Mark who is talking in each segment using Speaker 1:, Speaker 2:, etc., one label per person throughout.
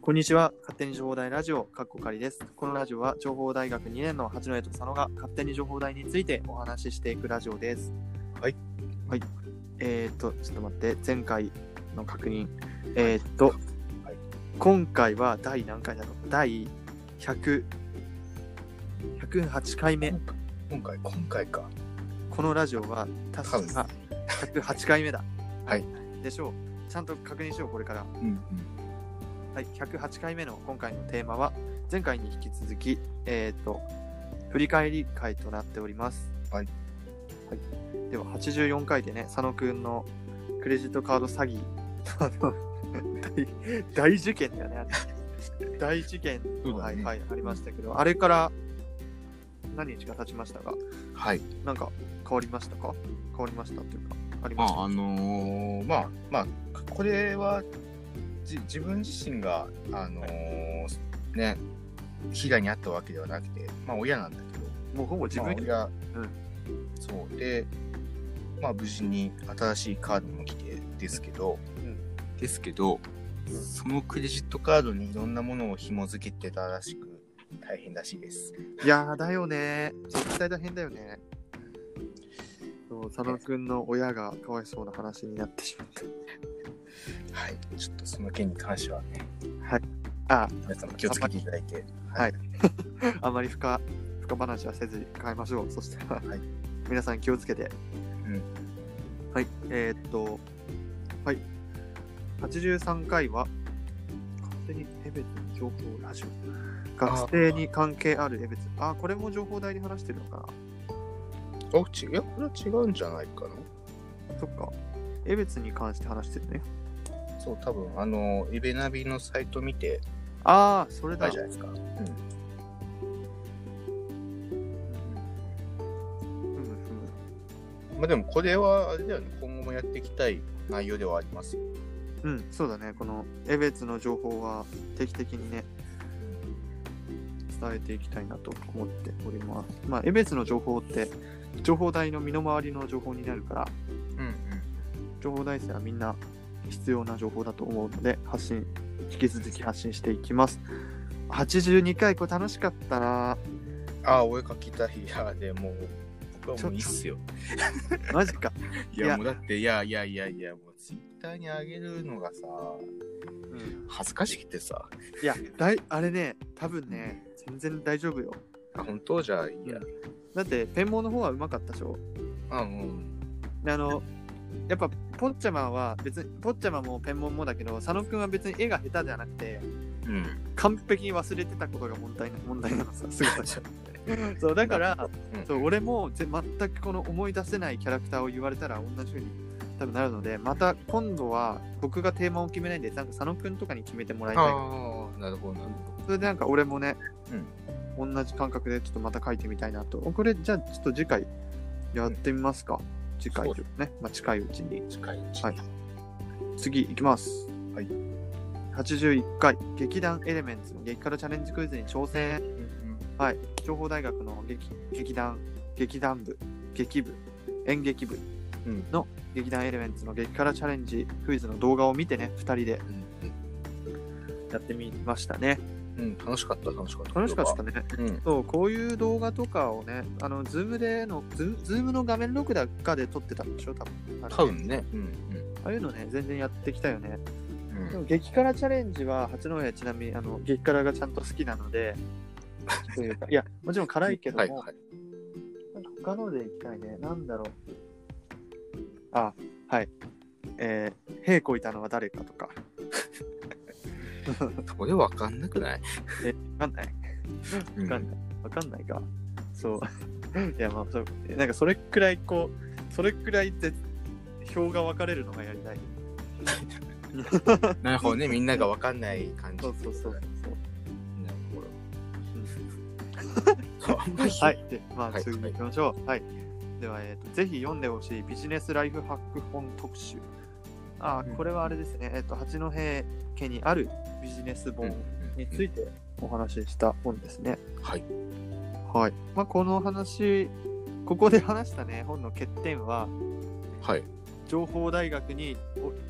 Speaker 1: こんにちは。勝手に情報大ラジオ、かっこかりです。このラジオは情報大学2年の八戸と佐野が勝手に情報大についてお話ししていくラジオです。
Speaker 2: はい。
Speaker 1: はい。えー、っと、ちょっと待って、前回の確認。えー、っと、
Speaker 2: はい
Speaker 1: 今回は第何回だろう第100、108回目。
Speaker 2: 今回、今回か。
Speaker 1: このラジオは
Speaker 2: 多
Speaker 1: 確
Speaker 2: 分
Speaker 1: か108回目だ。
Speaker 2: はい。
Speaker 1: でしょう。ちゃんと確認しよう、これから。
Speaker 2: うん
Speaker 1: はい、108回目の今回のテーマは前回に引き続き、えー、と振り返り会となっております、
Speaker 2: はい
Speaker 1: はい、では84回でね佐野くんのクレジットカード詐欺 あの大大事件だよねあれ大事件の、
Speaker 2: そうだ
Speaker 1: はい
Speaker 2: ね
Speaker 1: はい、ありましたけどあれから何日か経ちましたが
Speaker 2: うん。はい。
Speaker 1: なんか変わりましたか変わりましたというかあり
Speaker 2: ま
Speaker 1: ました
Speaker 2: あ、あのーまあ、まあ、これは、じ自分自身が、あのーね、被害に遭ったわけではなくて、まあ、親なんだけど、
Speaker 1: もうほぼ自分
Speaker 2: まあ、
Speaker 1: う
Speaker 2: 親、
Speaker 1: ん
Speaker 2: そうで、まあ、無事に新しいカードも来てですけど、ですけど、
Speaker 1: うん
Speaker 2: そのクレジットカードにいろんなものを紐付けてたらしく、大変らしいです。
Speaker 1: いやーだよねー。絶対大変だよね。そう佐野くんの親がかわいそうな話になってしまっ
Speaker 2: はい、ちょっとその件に関してはね、
Speaker 1: た。あ
Speaker 2: 皆さんも気をつけていただいて、
Speaker 1: はいー、あまり深深話はせずに変えましょう。そしたら、
Speaker 2: はい
Speaker 1: 皆さん気をつけて。はい、えーっと、はい。83回は、勝手にエベツ情報ラジオ。
Speaker 2: あー
Speaker 1: 学生に関係あるエベツ。あー、これも情報代で話してるのか
Speaker 2: おちいやこれは違うんじゃないか
Speaker 1: なそっか。エベツに関して話してるね。
Speaker 2: な。そう、多分あの、イベナビのサイト見て、
Speaker 1: あー、それ
Speaker 2: あ
Speaker 1: だ
Speaker 2: るじ。ゃないですか。うん。
Speaker 1: うんうん
Speaker 2: まあでも、これは、あれだよね、今後もやっていきたい内容ではありますよ。
Speaker 1: うん、そうだね。このエベツの情報は定期的にね、伝えていきたいなと思っております。まあ、エベツの情報って、情報台の身の回りの情報になるから、
Speaker 2: うんうん。
Speaker 1: 情報大生はみんな必要な情報だと思うので、発信、引き続き発信していきます。82回、これ楽しかったな。
Speaker 2: ああ、お絵描きたい。い や、でも、僕は
Speaker 1: ちょ
Speaker 2: もういいっすよ。
Speaker 1: マジか。
Speaker 2: い
Speaker 1: いや
Speaker 2: や、もうだって、いやいやいやいや、もうツイッターにあげるのがさ、
Speaker 1: うん、
Speaker 2: 恥ずかしくてさ、
Speaker 1: いや、だいあれね、多分ね、全然大丈夫よ。
Speaker 2: あ、本当じゃあ、いいや。
Speaker 1: だって、ペンモの方はうまかったでしょ
Speaker 2: うんうん。
Speaker 1: であのやっぱポッチャマは別にポッチャマもペンモンもだけど佐野くんは別に絵が下手じゃなくて
Speaker 2: うん。
Speaker 1: 完璧に忘れてたことが問題な問題なのさ姿じゃそうだから、
Speaker 2: うん
Speaker 1: そう俺もぜ全くこの思い出せないキャラクターを言われたら同じ風に多分なるのでまた今度は僕がテーマを決めないんでなんか佐野くんとかに決めてもらいたいから
Speaker 2: ああ、なるほど、なるほど。
Speaker 1: それでなんか俺もね、同じ感覚でちょっとまた書いてみたいなとおこれじゃあちょっと次回やってみますか、次回というかね、まあ、近いうちに
Speaker 2: 近いうちに
Speaker 1: はい次いきます。
Speaker 2: はい。
Speaker 1: 81回、劇団エレメンツの激辛チャレンジクイズに挑戦。
Speaker 2: うんうん
Speaker 1: はい。情報大学の劇劇団、劇団部、劇部、演劇部
Speaker 2: うん
Speaker 1: の劇団エレメンツの激辛チャレンジクイズの動画を見てね、2人でやってみましたね。
Speaker 2: うんうん、楽しかった、楽しかった。
Speaker 1: 楽しかったね。
Speaker 2: うん。
Speaker 1: そう、こういう動画とかをね、あの、ズームでの、ズームの画面録画で撮ってたんでしょ、多分。あれ
Speaker 2: 多分ね。うん
Speaker 1: ああいうのね、全然やってきたよね。
Speaker 2: うん。
Speaker 1: で
Speaker 2: うん
Speaker 1: も激辛チャレンジは八戸はちなみにあの激辛がちゃんと好きなのでというかいやもちろん辛いけども、
Speaker 2: はいはい。
Speaker 1: なんか他のでいきたいねなんだろうあはいえー「兵こいたのは誰か」とか
Speaker 2: これわかんなくない
Speaker 1: えわかんない
Speaker 2: うん
Speaker 1: わかんないわかんないかそう いやまあそうなんかそれくらいこうそれくらいで票が分かれるのがやりたい
Speaker 2: なるほどね、みんながわかんない感じ。
Speaker 1: そうそうそうそう
Speaker 2: なるほど。
Speaker 1: はい。で、まあ、
Speaker 2: はい
Speaker 1: 次行きましょう。はい。では、えーと、ぜひ読んでほしいビジネスライフハック本特集。あ
Speaker 2: う
Speaker 1: ー、
Speaker 2: ん
Speaker 1: これはあれですね。えっ、と、八戸家にあるビジネス
Speaker 2: うん
Speaker 1: 本についてお話しした本ですね。
Speaker 2: はい。
Speaker 1: はい。まあ、この話、ここで話したね、本の欠点は、
Speaker 2: はい。
Speaker 1: 情報大学に、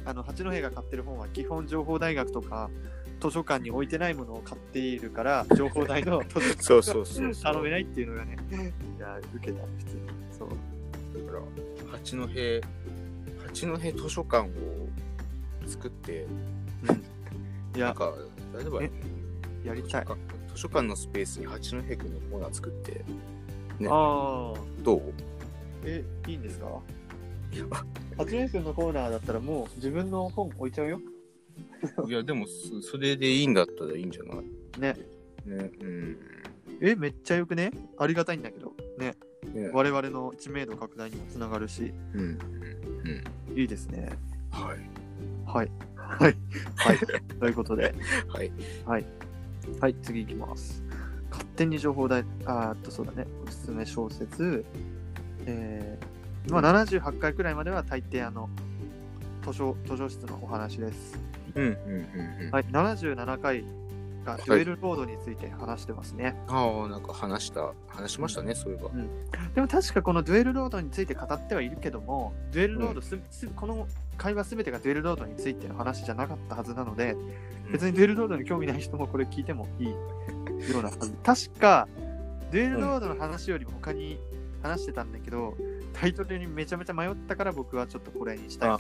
Speaker 1: おあの八戸が買ってる本は基本情報大学とか図書館に置いてないものを買っているから、情報代の図書館
Speaker 2: そうそうそうそう。
Speaker 1: 頼めないっていうのがね、いや、受けた、普通に。そう。
Speaker 2: だから八戸八戸図書館を作って
Speaker 1: い
Speaker 2: なん
Speaker 1: や、
Speaker 2: か例えば
Speaker 1: えやりたい。
Speaker 2: 図書館図書館のスペースに八戸君のコーナー作ってね
Speaker 1: ああ、
Speaker 2: どう
Speaker 1: え、いいん ですか
Speaker 2: いや
Speaker 1: 八年生のコーナーだったらもう自分の本置いちゃうよ。
Speaker 2: いやでもそそれでいいんだったらいいんじゃない
Speaker 1: ね。
Speaker 2: ねうん
Speaker 1: え、めっちゃよくねありがたいんだけど。ね。
Speaker 2: ね
Speaker 1: 我々の知名度拡大にもつながるし、
Speaker 2: うん
Speaker 1: いいですね。
Speaker 2: はい
Speaker 1: はい。はい。 はい。ということで。
Speaker 2: はい
Speaker 1: はい、次行きます。勝手に情報大、あーっと、そうだね、おすすめ小説、えー、まあ78回くらいまでは大抵あの、図書、図書室のお話です。
Speaker 2: うんうんうんうん
Speaker 1: はい、77回がデュエルロードについて話してますね。
Speaker 2: ああなんか話した話しましたねそういえば
Speaker 1: でも確かこのデュエルロードについて語ってはいるけども、デュエルロードす、すこの会話すべてがデュエルロードについての話じゃなかったはずなので、別にデュエルロードに興味ない人もこれ聞いてもいいようなはず。確か、デュエルロードの話よりも他に話してたんだけど、タイトルにめちゃめちゃ迷ったから僕はちょっとこれにしたい
Speaker 2: ああ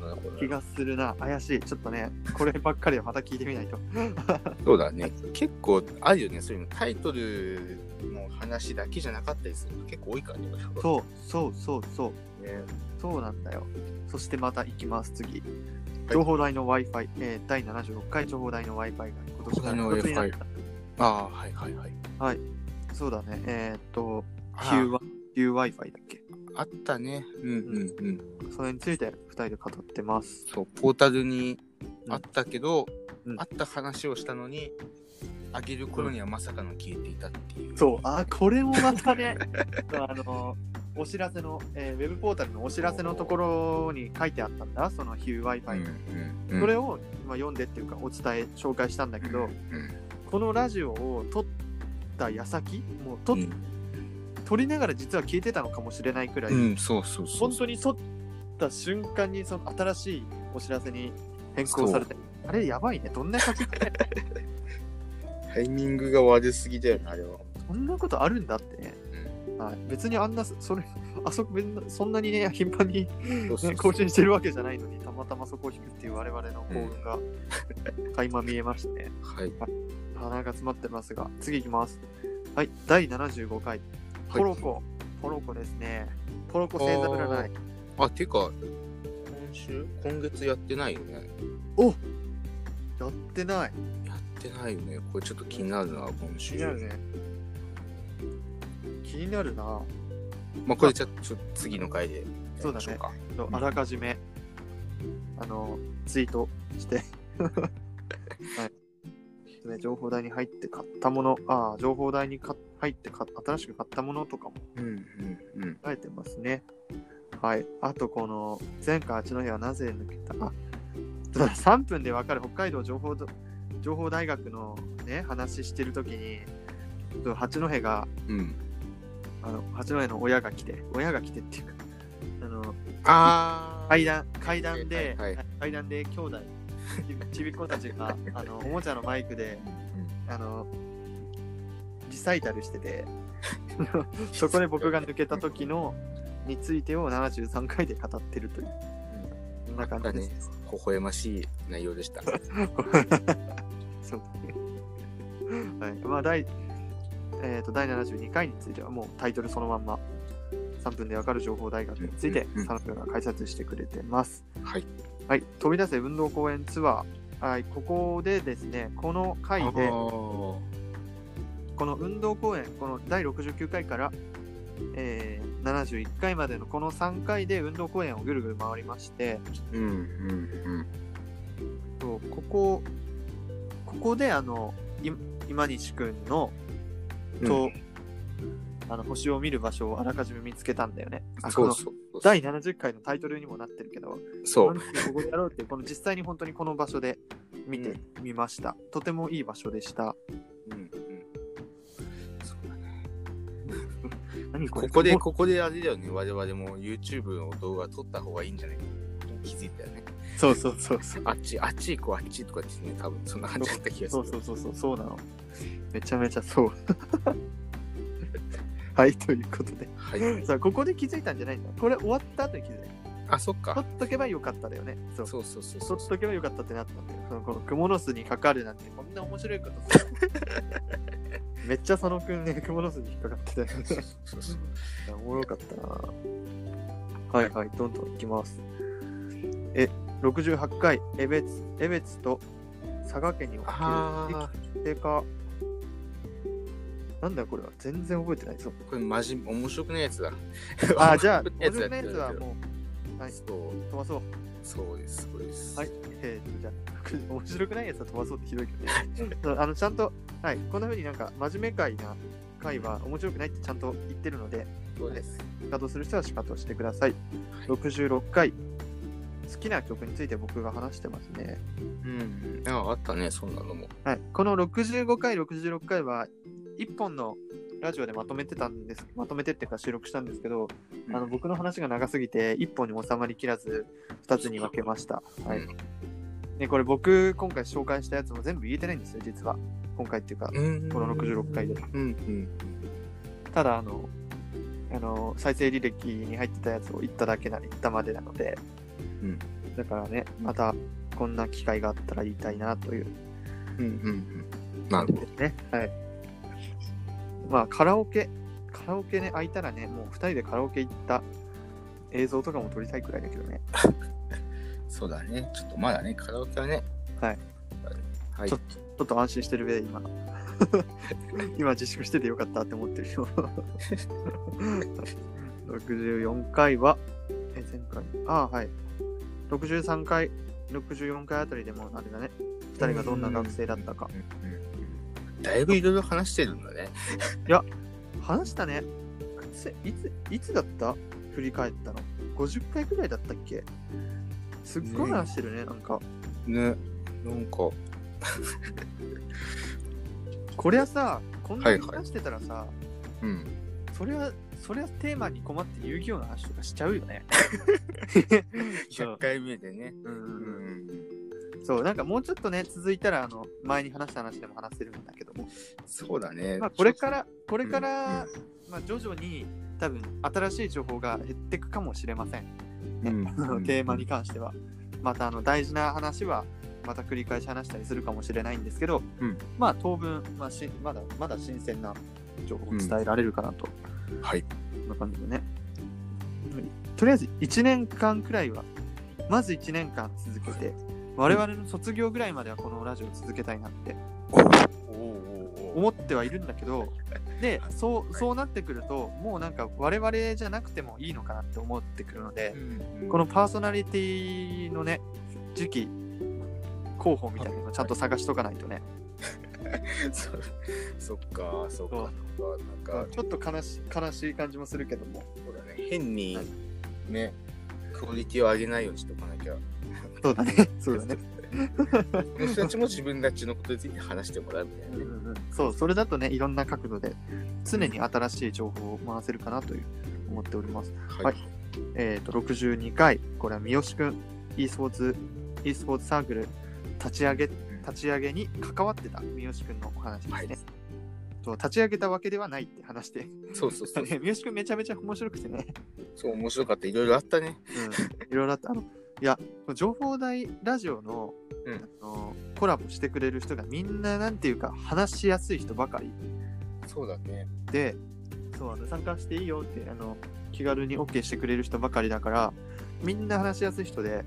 Speaker 2: なるほど
Speaker 1: 気がするな。怪しい。ちょっとね、こればっかりはまた聞いてみないと。
Speaker 2: そうだね結構あるよねそういうのタイトルの話だけじゃなかったりするの結構多いからね
Speaker 1: そう、そう、そう、そう。
Speaker 2: うね
Speaker 1: そうなんだよ。そしてまた行きます、次。情報台の Wi-Fi、えー第76回情報台の Wi-Fi が今年から
Speaker 2: 情報台の Wi-Fi
Speaker 1: 一つになった
Speaker 2: ああはいはいはい
Speaker 1: そうだね、えーっと、
Speaker 2: あ
Speaker 1: Q- QWi-Fi だっけ
Speaker 2: あったねうんうんうん
Speaker 1: それについて2人で語ってます。
Speaker 2: そうポータルにあったけど、
Speaker 1: うん
Speaker 2: あった話をしたのにあげる頃にはまさかの消えていたっていう、
Speaker 1: そう、あ、これもまたね、 あの、お知らせの、えーウェブポータルのお知らせのところに書いてあったんだ、その HughWi-Fi
Speaker 2: う、んうんうん、
Speaker 1: それ
Speaker 2: を
Speaker 1: を、まあ、読んでっていうか、お伝え、紹介したんだけど、
Speaker 2: うん
Speaker 1: このラジオを撮った矢先、もう撮,、
Speaker 2: うん
Speaker 1: 撮りながら実は聞いてたのかもしれないくらい、
Speaker 2: うん、そうそうそう
Speaker 1: 本当に撮った瞬間に、その新しいお知らせに変更されて、あれ、やばいね、どんな書き方、
Speaker 2: タイミングが悪すぎだよねあれは
Speaker 1: そんなことあるんだってね。はい、別にあんな、それ、 あそこ、別にそんなにね、頻繁に
Speaker 2: そうそう
Speaker 1: ね、
Speaker 2: そ
Speaker 1: 更
Speaker 2: う
Speaker 1: 新してるわけじゃないのに、たまたまそこを引くっていう我々の幸運が 垣間見えましたね。
Speaker 2: はい
Speaker 1: 鼻が詰まってますが、次いきます。はい、第75回、ポロコ、ポロコですね。ポロコ星座占い。
Speaker 2: あてか今週今月やってないよね
Speaker 1: やってない。
Speaker 2: やってないよね。これちょっと気になるな、今週。
Speaker 1: ね。気になるな。
Speaker 2: まあ、これじゃあちょっと次の回でやりましょか。
Speaker 1: とあらかじめ、あの、ツイートして。はい。で情報台に入って買ったもの、ああ、情報台にか入ってか新しく買ったものとかも
Speaker 2: うんうんうん。
Speaker 1: 書いてますね。はい。あと、この、前回、あっちの部はなぜ抜けたあ、そうだ3分でわかる北海道情報ど情報大学のね、話してるときに、そう八戸が、
Speaker 2: うん。
Speaker 1: あの、八戸の親が来て、親が来てっていうか、あの、
Speaker 2: あー。
Speaker 1: 階段階段で、
Speaker 2: はいは
Speaker 1: 階段で兄弟ちびっ子たち があのおもちゃのマイクであのリサイタルして てそこで僕が抜けた時のについてを73回で語ってるという、そんな感じです、
Speaker 2: 微笑ましい内容でした。
Speaker 1: そうだね。はい。まあ、第、えっ、と、第72回については、もうタイトルそのまんま、3分でわかる情報大学について
Speaker 2: う、んうんうん
Speaker 1: サナプが解説してくれてます。
Speaker 2: はい。
Speaker 1: はい。飛び出せ運動公園ツアー。はい。ここでですね、この
Speaker 2: あ
Speaker 1: 回で、
Speaker 2: ー
Speaker 1: この運動公園、この第69回から、えー71回までのこの3回で運動公園をぐるぐる回りまして、
Speaker 2: うんうん
Speaker 1: そうここ、ここで、あの、い今西くんの、
Speaker 2: うん。
Speaker 1: と、
Speaker 2: うん、
Speaker 1: あの星を見る場所をあらかじめ見つけたんだよね。あ
Speaker 2: そう
Speaker 1: こ
Speaker 2: そうそう。
Speaker 1: の第70回のタイトルにもなってるけど、
Speaker 2: そう。
Speaker 1: なんでここでやろうっていう、この実際に本当にこの場所で見てみました。とてもいい場所でした。
Speaker 2: うんうんそうだね
Speaker 1: 何
Speaker 2: ここで、ここであれだよね、我々も YouTube の動画撮った方がいいんじゃないか。気づいたよね。
Speaker 1: そうそうそうそう。
Speaker 2: あっち、あっち行こう、あっちとかですね、多分そんな感じだった気がす
Speaker 1: そ
Speaker 2: る。
Speaker 1: うそうそうそう、そうなの。めちゃめちゃそう。 はい、ということで。
Speaker 2: はい。
Speaker 1: さあ、ここで気づいたんじゃないんだ。これ終わった後に気づい。
Speaker 2: あ、そったか
Speaker 1: 取。っとけばよかっただよね。そう。
Speaker 2: そうそうそうそ
Speaker 1: 取
Speaker 2: う。
Speaker 1: っとけばよかったってなったんだよ。そのこの蜘蛛の巣にかかるなんて、こんな面白いことさ。 めっちゃ佐野くんね、蜘蛛の巣に引っかかってたよ。
Speaker 2: そうそう
Speaker 1: いやおもろかったなはいはいどんどんいきますえ68回江別江別と佐賀県における
Speaker 2: ああ、
Speaker 1: 定化なんだこれは全然覚えてないぞ
Speaker 2: これマジ面白くないやつだ。
Speaker 1: あーじゃあ
Speaker 2: 面
Speaker 1: 面
Speaker 2: 白
Speaker 1: 白
Speaker 2: く
Speaker 1: く
Speaker 2: な
Speaker 1: ないいや
Speaker 2: やつ
Speaker 1: つ
Speaker 2: だ
Speaker 1: はもうはい
Speaker 2: そう、
Speaker 1: 飛ばそう
Speaker 2: そうです、これです。
Speaker 1: はい。えーとじゃあ 面白くないやつは飛ばそうってひどいけどそうあのちゃんとはいこんな風になんか真面目回な回は面白くないってちゃんと言ってるので
Speaker 2: そうです。
Speaker 1: 仕方する人は仕方をしてください。66回、好きな曲について僕が話してますね。
Speaker 2: うん。ああったね、そんなのも。
Speaker 1: はい、この65回、66回は、1本のラジオでまとめてたんです、まとめてっていうか収録したんですけど、あの僕の話が長すぎて、1本に収まりきらず、2つに分けました。はい
Speaker 2: うん
Speaker 1: ね、これ僕、今回紹介したやつも全部言えてないんですよ、実は。今回っていうか、
Speaker 2: うん、
Speaker 1: この66回で
Speaker 2: うん
Speaker 1: ただあの、あの再生履歴に入ってたやつを言っただけな、言ったまでなので、
Speaker 2: うん
Speaker 1: だからね、またこんな機会があったら言いたいなという
Speaker 2: うん。うんうんうん。なるほど。
Speaker 1: ね。はい。まあ、カラオケ、カラオケね、空いたらね、もう2人でカラオケ行った映像とかも撮りたいくらいだけどね、
Speaker 2: そうだね。ちょっとまだね、カラオケはね。
Speaker 1: はい。
Speaker 2: はい
Speaker 1: ちょ。ちょっと安心してるべ、 今。今、自粛しててよかったって思ってるよ。64回は、え、前回、ああ、はい。63回、64回あたりでも、あれだね、2人がどんな学生だったか。
Speaker 2: うんうんだいぶいろいろ話してるんだね。
Speaker 1: 話したね。いつ、いつ、いつだった振り返ったの。50回くらいだったっけすっごい話してるね、なんか。
Speaker 2: ね。なんか、
Speaker 1: これはさ、こん
Speaker 2: は
Speaker 1: ないに
Speaker 2: はい
Speaker 1: 話してたらさ、
Speaker 2: うん。
Speaker 1: それは、それはテーマに困って遊戯王の話とかしちゃうよ ね。そう
Speaker 2: 100回目でね。
Speaker 1: うん
Speaker 2: う
Speaker 1: うんうん
Speaker 2: ん。
Speaker 1: そう、なんかもうちょっとね、続いたら、あの、前に話した話でも話せるんだけども、
Speaker 2: そうだね。、
Speaker 1: まあ、これからら、こ
Speaker 2: こ
Speaker 1: れから、まあ、徐々に、多分、新しい情報が減っていくかもしれません。 テーマに。関しては。また、あの、大事な話は、また繰り返し話したりするかもしれないんですけど、
Speaker 2: うん
Speaker 1: まあ、当分、まあし、まだ、まだ新鮮な情報を伝えられるかなと、
Speaker 2: はい。
Speaker 1: こんな感じでね。とりあえず、1年間くらいは、まず1年間続けて、我々の卒業ぐらいまではこのラジオを続けたいなって
Speaker 2: おおお
Speaker 1: 思ってはいるんだけど、で、そう、そうなってくると、もうなんか我々じゃなくてもいいのかなって思ってくるので、この、パーソナリティのね、次期候補みたいなのをちゃんと探しとかないとね、
Speaker 2: そそっか、そっか、そっかなんか、
Speaker 1: ちょっと悲し悲しい感じもするけども、
Speaker 2: そうだね、変に、ね、クオリティを上げないようにしておかなきゃ。
Speaker 1: そうだね、 そうだね。
Speaker 2: この人たちも自分たちのことについて話してもらうみたいなね。
Speaker 1: そう、それだとね、いろんな角度で常に新しい情報を回せるかなという思っております。
Speaker 2: はい。
Speaker 1: えっ、と、62回、これは三好くん、e スポーツ、e スポーツサークル立ち上げ、立ち上げに関わってた三好くんのお話ですね。
Speaker 2: はい
Speaker 1: そう立ち上げたわけではないって話で、
Speaker 2: そうそうそう。
Speaker 1: 三好くんめちゃめちゃ面白くてね、
Speaker 2: そう、面白かった。いろいろあったね。
Speaker 1: うん、いろいろあって、あの、いや、情報大ラジオの、
Speaker 2: うん
Speaker 1: あのコラボしてくれる人がみんな、なんていうか、話しやすい人ばかり
Speaker 2: そうだね。
Speaker 1: でそうあの参加していいよってあの気軽に OK してくれる人ばかりだからみんな話しやすい人で、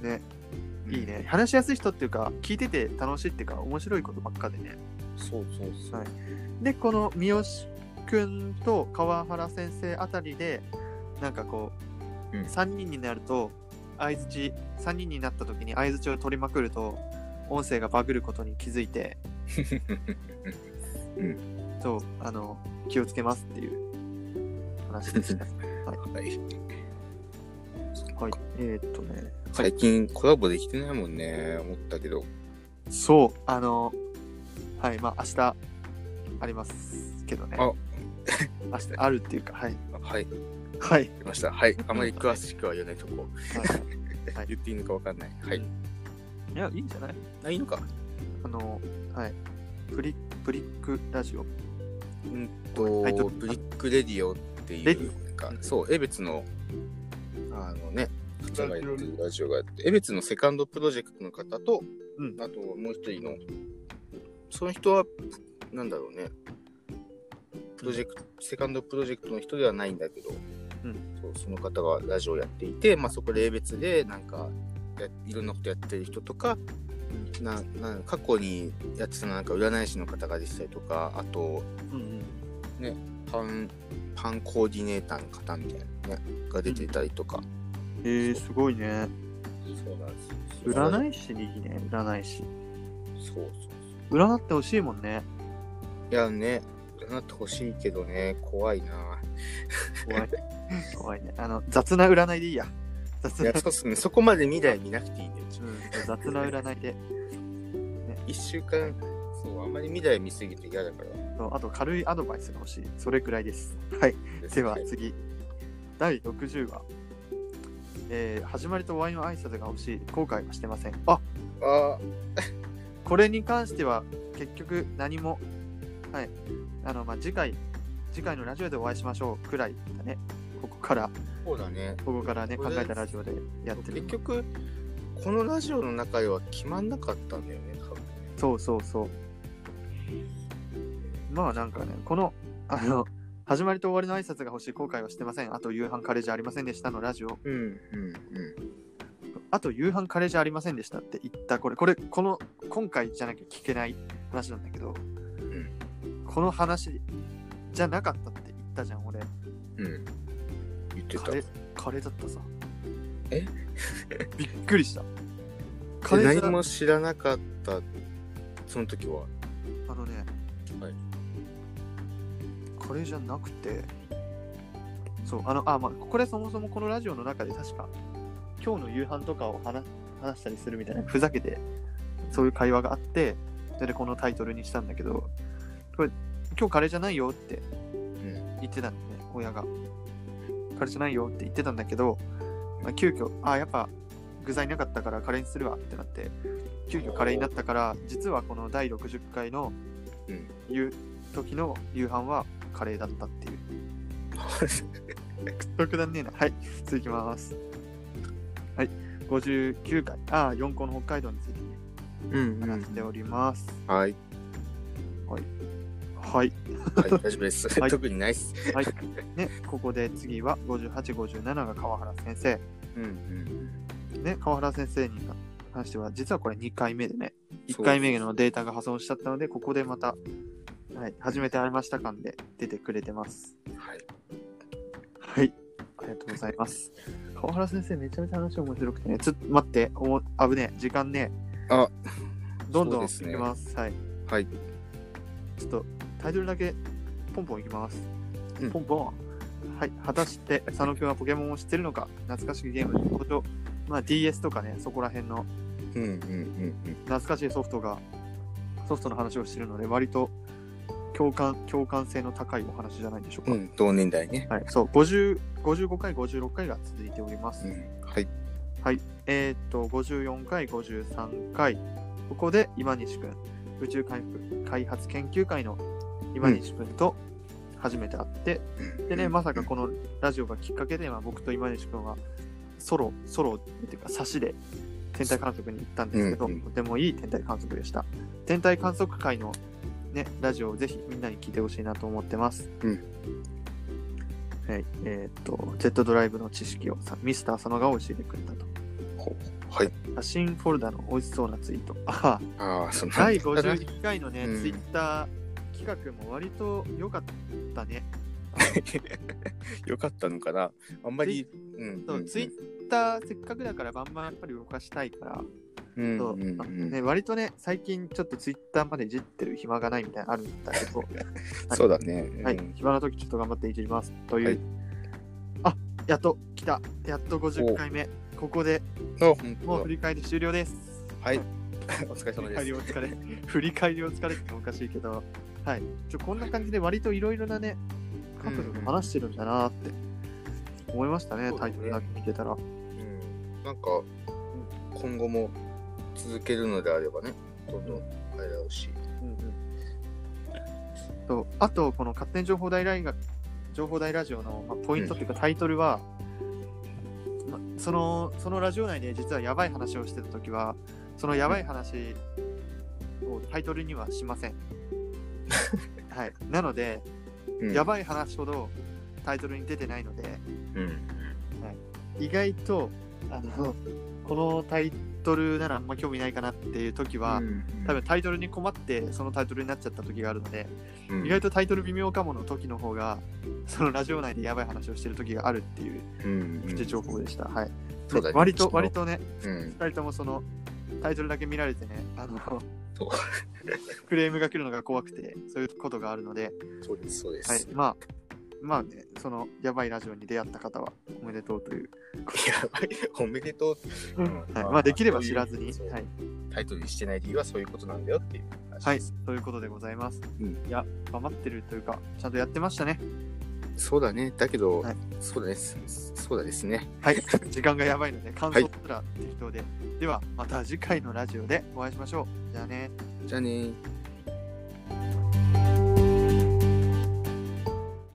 Speaker 1: ね、いい。ね、話しやすい人っていうか聞いてて楽しいっていうか面白いことばっかでね
Speaker 2: そうそうそう。
Speaker 1: はいでこの三好くんと川原先生あたりでなんかこう、
Speaker 2: うん
Speaker 1: 3人になると相づち3人になった時に相づちを取りまくると音声がバグることに気づいてそうあの気をつけますっていう話で した。
Speaker 2: はい
Speaker 1: はい、えーっとね、
Speaker 2: 最近コラボできてないもんね、思ったけど。
Speaker 1: そう、あの、はい、まあ、明日ありますけどね。
Speaker 2: あ
Speaker 1: 明日あるっていうか、はい。
Speaker 2: はい、
Speaker 1: はい。
Speaker 2: 出ました。はい。あまり詳しくは言わないとこ。
Speaker 1: はい
Speaker 2: 言っていいのか分かんない。はい。
Speaker 1: いや、いいんじゃない
Speaker 2: あ、いいのか。
Speaker 1: あの、はい。プリプリックラジオ。
Speaker 2: うんと、
Speaker 1: はいちょっと
Speaker 2: ブリックレディオってい
Speaker 1: レディ
Speaker 2: う、なんか、そう、江別の、あのね、方がやってるラジオがあって、江別のセカンドプロジェクトの方と、
Speaker 1: うん
Speaker 2: あともう一人の、その人は、なんだろうね、プロジェクト、セカンドプロジェクトの人ではないんだけど、
Speaker 1: うん
Speaker 2: そうその方がラジオをやっていて、まあ、そこで江別で、なんか、やいろんなことやってる人とか、なな過去にやってたなんか占い師の方が出てたりとかあと
Speaker 1: うん
Speaker 2: パンパンコーディネーターの方みたいなねが出てたりとか、
Speaker 1: うん。えー、すごいね。
Speaker 2: そうなんですい
Speaker 1: 占い師にいいね、占い師。
Speaker 2: そうそうそう
Speaker 1: 占ってほしいもんね。
Speaker 2: いやね占ってほしいけどね怖いな
Speaker 1: 怖い。怖いね。あの、雑な占いでいいや。雑
Speaker 2: い
Speaker 1: な
Speaker 2: や、そうっすねそこまで未来見なくていいんだよ
Speaker 1: うん、雑な占いで。
Speaker 2: 一週間そうあんまり未来見すぎて嫌だから
Speaker 1: そうあと、軽いアドバイスが欲しい。それくらいです。はい。では、次。第60話。えー始まりと終わりの挨拶が欲しい。後悔はしてません。あ
Speaker 2: あ
Speaker 1: これに関しては結局何も、はい、あの、まあ、次回、次回のラジオでお会いしましょうくらいだね。ここから、
Speaker 2: そうだね
Speaker 1: ここからね、
Speaker 2: こ
Speaker 1: 考
Speaker 2: れ
Speaker 1: えたラジオでやってる。
Speaker 2: 結局このラジオの中では決まんなかったんだよね多分
Speaker 1: そうそうそう。まあなんかね、この、あの、始まりと終わりの挨拶が欲しい後悔はしてません。あと夕飯カレーじゃありませんでしたのラジオ。
Speaker 2: うんうんうん
Speaker 1: あと夕飯カレーじゃありませんでしたって言った、これ、これ、この、今回じゃなきゃ聞けない話なんだけど、この話じゃなかったって言ったじゃん、俺。
Speaker 2: うん言ってた
Speaker 1: カレーカレーだったさ
Speaker 2: え
Speaker 1: びっくりしたカ
Speaker 2: で
Speaker 1: レー
Speaker 2: 何
Speaker 1: じゃ
Speaker 2: も知らなかったその 時は
Speaker 1: あのね、
Speaker 2: はい
Speaker 1: カレーじゃなくてそうあのあまあこれそもそもこのラジオの中で確か今日の夕飯とかを話話したりするみたいなふざけてそういう会話があってそれでこのタイトルにしたんだけどこれ今日カレーじゃないよって
Speaker 2: ん
Speaker 1: 言ってたんだね、親がカレーじゃないよって言ってたんだけど、まあ、急遽あやっぱ具材なかったからカレーにするわってなって急遽カレーになったから実はこの第60回の
Speaker 2: うん
Speaker 1: 言う時の夕飯はカレーだったっていう特段ねえなはい続きますはい59回ああ4個の北海道についてね
Speaker 2: うん
Speaker 1: 話しております、
Speaker 2: はい、
Speaker 1: はい
Speaker 2: はい、大丈夫です、
Speaker 1: はい
Speaker 2: 特にないっす
Speaker 1: はい、ね、ここで次は5857が川原先生
Speaker 2: うんうん
Speaker 1: ね、川原先生に関しては、実はこれ2回目でね、
Speaker 2: そ
Speaker 1: 1
Speaker 2: う
Speaker 1: 回目のデータが破損しちゃったので、ここでまた、はい、初めて会いました感で出てくれてます。
Speaker 2: はい
Speaker 1: はい、ありがとうございます。川原先生、めちゃめちゃ話面白くてね、ちょっと待って、おも危ねえ、時間ねえ。
Speaker 2: あ
Speaker 1: どんどんい
Speaker 2: そうです
Speaker 1: き
Speaker 2: ね
Speaker 1: ます。はい、
Speaker 2: はい
Speaker 1: ちょっとタイトルだけポンポンいきます。
Speaker 2: うん
Speaker 1: ポンポン。はい、果たして佐野くんはポケモンを知ってるのか懐かしいゲームのこと、まあ、DS とかね、そこら辺の
Speaker 2: うんうんうん
Speaker 1: 懐かしいソフトが、ソフトの話をしてるので、割と共感共感性の高いお話じゃないでしょうか。
Speaker 2: うんうん同年代ね
Speaker 1: はい、そう50 55回、56回が続いております。
Speaker 2: うんはい
Speaker 1: えーっと、54回、53回、ここで今西くん、宇宙開復開発研究会の今西くんと初めて会って、でね、まさかこのラジオがきっかけで、まあ、僕と今西くんはソロ、ソロっていうか、差しで天体観測に行ったんですけど、
Speaker 2: うんうん
Speaker 1: とてもいい天体観測でした。天体観測会の、ね、ラジオをぜひみんなに聞いてほしいなと思ってます。
Speaker 2: うん
Speaker 1: はい、えーっと、ジェットドライブの知識をさミスター佐野が教えてくれたと。
Speaker 2: はい
Speaker 1: 写真フォルダの美味しそうなツイート。 ああ、
Speaker 2: ああその
Speaker 1: 第51回のね、
Speaker 2: うん
Speaker 1: ツイッター企画も割と良かったね。
Speaker 2: よかったのかなあんまり
Speaker 1: ツ
Speaker 2: うん
Speaker 1: そう
Speaker 2: うん
Speaker 1: ツイッターせっかくだからバンバンやっぱり動かしたいから、
Speaker 2: うん
Speaker 1: そううん
Speaker 2: うん
Speaker 1: ね、割とね、最近ちょっとツイッターまでいじってる暇がないみたいなのある んだけど、
Speaker 2: そうだね
Speaker 1: は
Speaker 2: う
Speaker 1: い、
Speaker 2: ん
Speaker 1: 暇な時ちょっと頑張っていじります。という、
Speaker 2: はい
Speaker 1: あやっと来た、やっと50
Speaker 2: お
Speaker 1: 回目、ここで
Speaker 2: あほんと
Speaker 1: もう振り返り終了です。
Speaker 2: はい お疲れ
Speaker 1: 振
Speaker 2: 様
Speaker 1: り
Speaker 2: で
Speaker 1: 返り
Speaker 2: す
Speaker 1: お疲れ。振り返りお疲れっておかしいけど、はい。ちょこんな感じで割といろいろなね、角度で話してるんだなって思いましたね、
Speaker 2: そう
Speaker 1: タ
Speaker 2: だ
Speaker 1: イ
Speaker 2: ね
Speaker 1: トルだけ見てたら。
Speaker 2: うんなんか、今後も続けるのであればね、どんどんあれだろうし。
Speaker 1: とあと、この勝手に情報大ライが情報大ラジオの、まあ、ポイントというかタイトルは、まそのそのラジオ内で実はやばい話をしてた時はそのやばい話をタイトルにはしま せん。はい、なので、
Speaker 2: うん、
Speaker 1: やばい話ほどタイトルに出てないので
Speaker 2: うん。
Speaker 1: 意外とあのこのタイトルならあんま興味ないかなっていう時は、
Speaker 2: うん
Speaker 1: 多分、タイトルに困ってそのタイトルになっちゃった時があるので、
Speaker 2: うん
Speaker 1: 意外とタイトル微妙かもの時の方がそのラジオ内でやばい話をしてる時があるっていう
Speaker 2: うん
Speaker 1: プチ情報でした、はい
Speaker 2: そうだね
Speaker 1: 割と割とね
Speaker 2: うん。
Speaker 1: 2人ともそのタイトルだけ見られてねあの
Speaker 2: そう
Speaker 1: クレームが来るのが怖くてそういうことがあるので、
Speaker 2: そうです、そうで
Speaker 1: はい
Speaker 2: す。、
Speaker 1: まあまあねそのやばいラジオに出会った方はおめでとうという、
Speaker 2: やばい、おめでとう。うん
Speaker 1: はい、まあできれば知らずに
Speaker 2: そういう
Speaker 1: はい、
Speaker 2: タイトルにしてない理由はそういうことなんだよっていう話
Speaker 1: はい
Speaker 2: です。、
Speaker 1: ということでございます、
Speaker 2: うん
Speaker 1: いや頑張ってるというかちゃんとやってましたね
Speaker 2: そうだね。だけど、
Speaker 1: はい
Speaker 2: そうだね。すそうだですね。
Speaker 1: はい、 時間がやばいので、感想すら適当で。では、また次回のラジオでお会いしましょう。じゃあね。
Speaker 2: じゃあねー。